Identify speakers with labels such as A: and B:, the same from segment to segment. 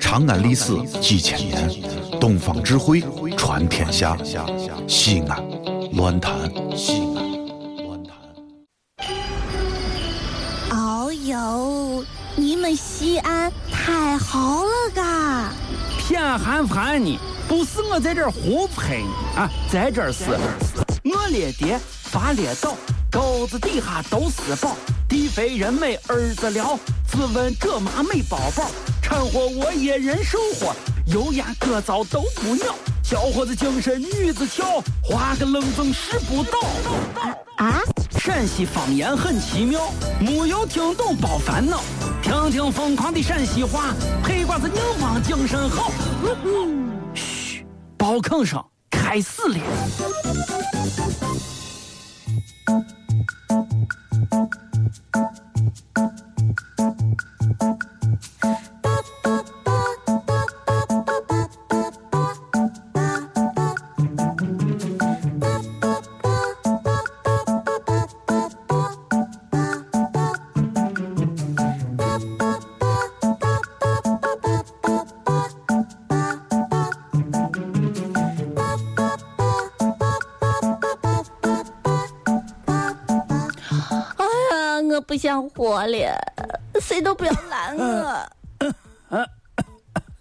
A: 长安历史几千年，东方智慧传天下。西安，乱谈西安。乱谈。
B: 哦呦，你们西安太好了嘎！
C: 偏寒寒你，不是我在这儿胡喷你啊，在这儿是，我列爹发列倒，沟子底下都是宝，地肥人美儿子了，自问这妈没宝宝，掺和我也人生活，油盐各糟都不尿，小伙子精神女子俏，花个愣风使不倒。
B: 啊，
C: 陕西方言很奇妙，没有听懂别烦恼，听听疯狂的陕西话，黑瓜子硬邦精神好。嘘，包吭声开始了。
B: 哎呀，我不想活了，谁都不要拦
C: 呃
B: 我。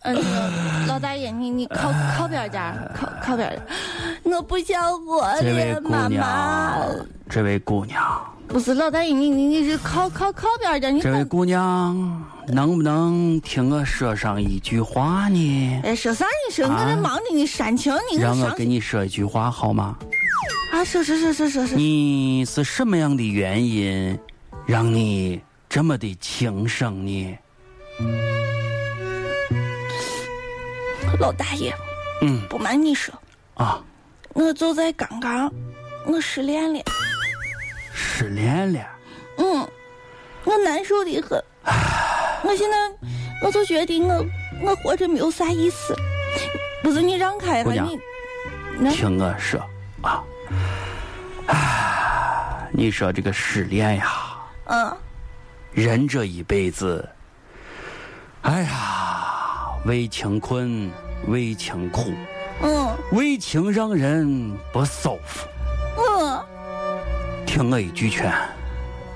B: 嗯，老大爷，你你靠
C: 呃
B: 靠边点儿，靠靠边点儿。我不想活
C: 这位
B: 了，
C: 姑
B: 妈妈。
C: 娘，这位姑娘，
B: 不是老大爷，你你你是靠靠靠边点儿，你
C: 这位
B: 等。
C: 姑娘，能不能听我说上一句话呢？
B: 哎，说啥？你说我
C: 啊
B: 这忙着呢，煽情呢，你
C: 让我
B: 伤
C: 给
B: 心
C: 你说一句话好吗？
B: 啊！说说说说说说。
C: 你是什么样的原因，让你这么的轻生呢？
B: 老大爷，
C: 嗯
B: 不瞒你说，
C: 啊，
B: 我就在刚刚，我失恋了，
C: 失恋了。
B: 嗯，我难受的很。我现在，我就觉得我我活着没有啥意思。不是你让开吧，
C: 姑娘
B: 你，那
C: 听我说啊，唉你说这个失恋呀，
B: 嗯，
C: 人这一辈子，哎呀，为情困，为情苦，
B: 嗯
C: 为情让人不舒服。
B: 嗯，
C: 听我一句劝，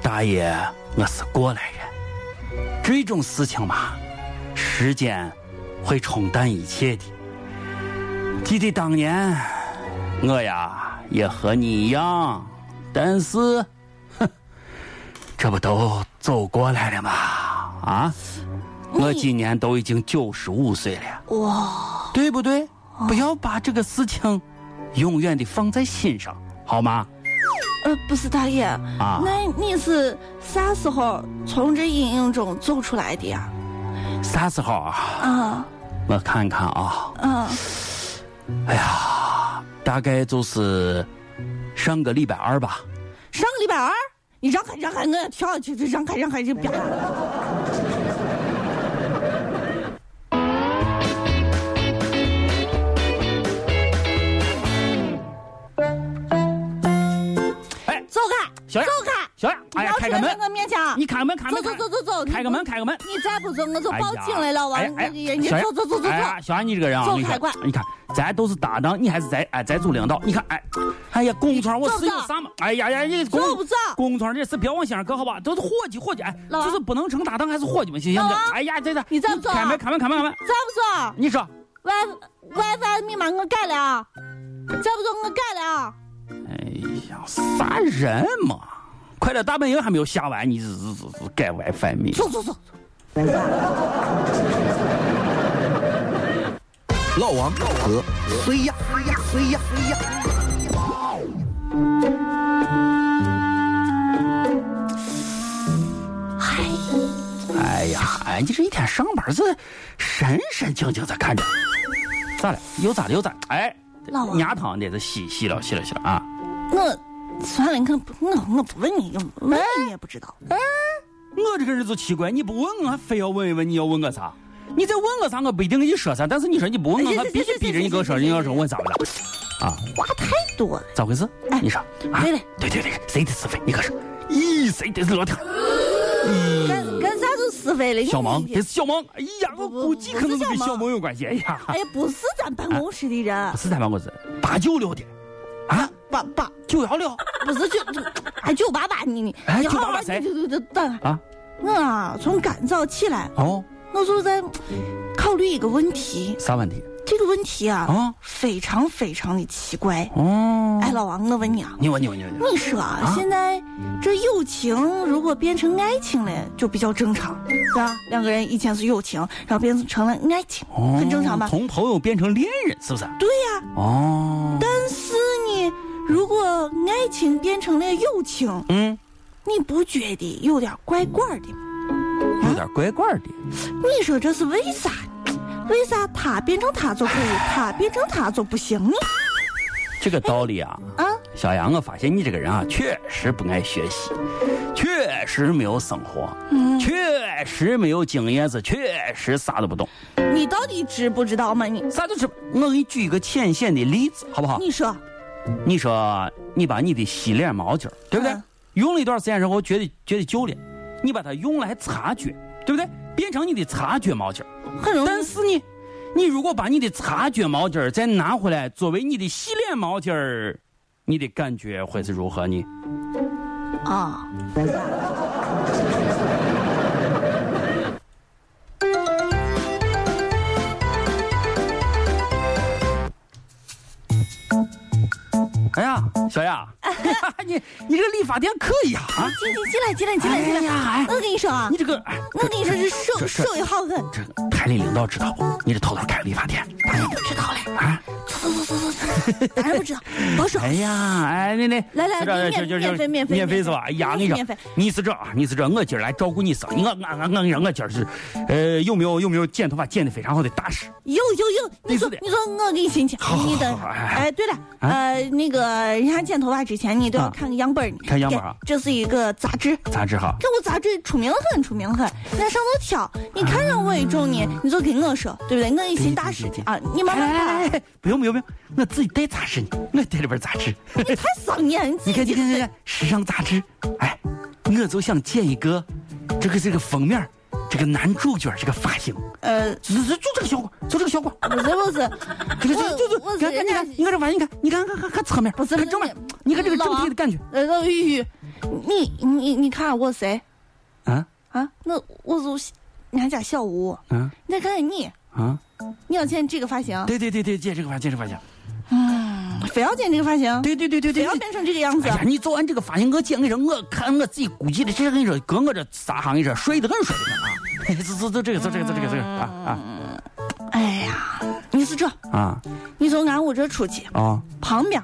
C: 大爷，我是过来人，这种事情嘛，时间会冲淡一切的。记得当年，我呀也和你一样，但是， 哼，这不都走过来了吗？啊，我今年都已经九十五岁了，
B: 哇，
C: 对不对？不要把这个事情永远的放在心上，好吗？
B: 呃，不是大爷，
C: 啊。
B: 那你是啥时候从这阴影中走出来的呀？
C: 啥时候啊？
B: 啊
C: 我看看啊，哎
B: 啊
C: 大概就是上个礼拜二吧。
B: 上个礼拜二，你让开让开，我要跳下去，这让开让开，这别打了。
C: 哎，
B: 走开，
C: 小燕
B: 走开，
C: 小燕，哎呀，
B: 不
C: 开
B: 要出来
C: 个门
B: 在，我面前啊，
C: 你开门，开
B: 走
C: 门，
B: 走走走走，你
C: 开个门，开个门。
B: 你再不走我就
C: 哎
B: 报
C: 呀
B: 警来了，王
C: 哎，哎
B: 你人家
C: 小燕
B: 走走走走
C: 哎
B: 走，
C: 呀小燕，你这个人啊，
B: 走
C: 你看
B: 开快，
C: 你看，哎咱都是搭档，你还是咱哎咱组领导。你看，哎，哎呀，工作上我
B: 走
C: 是有
B: 走
C: 啥嘛？哎呀呀，你工
B: 嗯走不走？
C: 工作上这事别往心上搁，好吧？都是伙计，伙计，哎，
B: 老
C: 就是不能成搭档，还是伙计嘛？行行
B: 老
C: 行
B: 王，
C: 哎呀，这这，
B: 你再不走啊
C: 开门，开门，开门，开门。
B: 再不走
C: 你说，
B: ，Wi WiFi 密码我改了啊，再不走我改了啊。
C: 哎呀，啥人嘛？快乐大本营还没有下完，你这这这这改 WiFi 密
B: 走走走，
A: 老王和谁呀？谁呀？谁呀？
C: 哎呀，哎，你这一天上班这神神经经在看着，咋了？又咋了？又咋？哎，
B: 老王
C: 牙疼的这洗洗了洗了洗了啊！
B: 我算了，你看不我我不问你，问你也不知道。
C: 嗯我这个人就奇怪，你不问我，还非要问一问，你要问我啥？你再问我啥，我不一定跟你说啥。但是你说你不
B: 哎
C: 问我，我还必须逼着你跟我说，你要说问咋不了？啊，
B: 话太多了。
C: 咋回事？
B: 哎
C: 你说，啊
B: 对了
C: 对对对，谁的是非？你可是，咦，谁的是聊天？
B: 干干啥都是是非了。
C: 嗯小萌，
B: 你
C: 这是小萌。哎呀，
B: 不
C: 我
B: 不
C: 估计
B: 不
C: 可能
B: 是
C: 是跟
B: 小
C: 小
B: 萌
C: 萌有关系。哎呀，
B: 哎呀，不是咱办公室的人
C: 不，是咱办公室，八九六的，啊，
B: 八八
C: 九幺六
B: 不是九九，哎九八八你你，
C: 哎
B: 你好好
C: 988谁
B: 你就就就等会儿
C: 啊，
B: 我啊，从干早起来，
C: 哦，
B: 我就在考虑一个问题，
C: 啥问题？
B: 这个问题啊，
C: 啊
B: 非常非常的奇怪。
C: 哦，
B: 哎，老王，我问你啊，
C: 你问你问你问，
B: 你说啊，现在这友情如果变成爱情了，就比较正常，是吧？两个人以前是友情，然后变成了爱情，
C: 哦
B: 很正常吧？
C: 从朋友变成恋人，是不是？
B: 对呀、
C: 哦，
B: 但是呢，如果爱情变成了友情，
C: 嗯，
B: 你不觉得有点怪怪的吗？
C: 有点怪怪的。
B: 你说这是为啥？为啥他变成他就可以，他变成他就不行呢？
C: 这个道理啊，
B: 啊，
C: 小杨，我发现你这个人啊，确实不爱学习，确实没有生活，
B: 嗯
C: 确实没有经验，是确实啥都不懂，
B: 你到底知不知道嘛？你
C: 啥都知。我给你举一个浅显的例子，好不好？
B: 你说，
C: 你说你把你的洗脸毛巾儿，对不对？
B: 嗯
C: 用了一段时间之后，觉得觉得旧了，你把它用来擦脚，对不对？变成你的擦脚毛巾儿。
B: 很容易。
C: 但是呢，你如果把你的擦脚毛巾儿再拿回来作为你的洗脸毛巾儿，你的感觉会是如何呢？
B: 啊、
C: 哎呀，小雅，你你这个理发店可以啊！啊
B: 进进进来，进来，进来，
C: 哎
B: 进
C: 呀
B: 来
C: 哎！
B: 我跟你说啊
C: 你，这个，哎，
B: 我跟你说，这手
C: 这这
B: 手也好狠，
C: 这个台里领导知道不？你这偷偷开理发店
B: 当然不知道嘞，
C: 啊？
B: 走走走走走，当然不知道，甭说。
C: 哎呀，哎，那
B: 来
C: 那
B: 来
C: 这这这这这
B: 免费免费
C: 免费是吧？哎呀，我跟你
B: 免
C: 说
B: 费，
C: 你是这啊，你是这，我今儿来照顾你生意，我我我我跟你说，我今儿是，呃，有没有有没有剪头发剪的非常好的大师？
B: 有有有，你
C: 类似
B: 说
C: 的
B: 你说我给你亲戚，
C: 好好
B: 你等
C: 好好哎
B: 哎，对了，呃，那个人家剪头发之前，你都要
C: 啊
B: 看个样本儿
C: 看样本儿啊
B: 这是一个杂志。
C: 咋治好？
B: 这我杂志出名很，出名很。那上头挑，你看上我一中你，你就跟我说，对不对？我一心大师
C: 对对对
B: 啊，你慢慢
C: 哎哎
B: 看，
C: 哎，不用不用不用，我自己带杂志呢，我带了本杂志。
B: 你太丧眼，你自
C: 你看，
B: 己
C: 你看，你看，时尚杂志，哎，我就想剪一个，这个这个封面，这个男主角这个发型，
B: 呃，
C: 就就就这个效果，就这个效果，
B: 不是不是，
C: 这个
B: 我
C: 这就就
B: 我
C: 你看
B: 人
C: 你
B: 家
C: 看你看这玩意，你看你看看看看侧面，
B: 不是
C: 看正面，你看这个整体的感觉
B: 呃，老玉，你你你看我谁
C: 啊
B: 啊？那我就是俺家小吴，
C: 啊
B: 你再看看你，
C: 啊！
B: 你要剪这个发型，
C: 对对对对，剪这个发，剪这个发型，
B: 非要剪这个发型，
C: 对对对对
B: 非
C: 对
B: 要。变成这个样子
C: 哎，呀，你做完这个发型，我剪，跟你说，我看我自己估计的，这跟你说，搁我这仨行，跟你说，睡得很睡得啊！ 这这这这个这这个这个这个啊
B: 哎呀，你是这，
C: 啊啊
B: 你从俺屋这出去，
C: 哦
B: 旁边，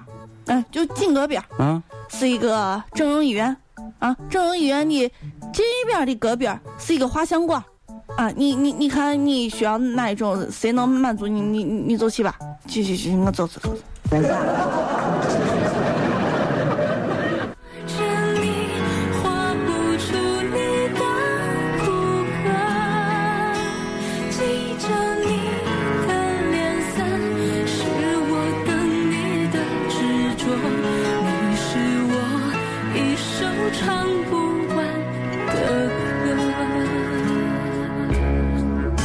B: 嗯、就紧隔边儿
C: 啊！
B: 是一个整容医院，啊，整容医院的这边的隔壁儿是一个画像馆，啊，你你你看你需要哪一种，谁能满足你，你你你就去吧，去去去，我走走走走。
D: 着你，画不出你的骨骼，记着你的脸色，是我等你的执着，你是我一首唱不完的歌。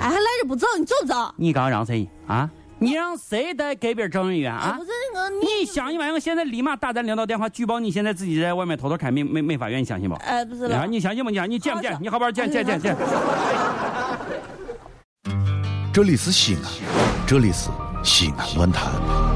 B: 哎，还赖着不走，你走不走？
C: 你刚让谁啊？你让谁在隔壁整容医院
B: 哎
C: 啊
B: 不？是那个你，
C: 你相信吗？我现在立马打咱领导电话举报你，现在自己在外面偷偷开美美美发院，你相信不？
B: 哎，不是
C: 啊，
B: 了。
C: 你相信不？你你见不
B: 好
C: 见？
B: 好
C: 你好不好见见见见？
A: 这里是西安，这里是西安论坛。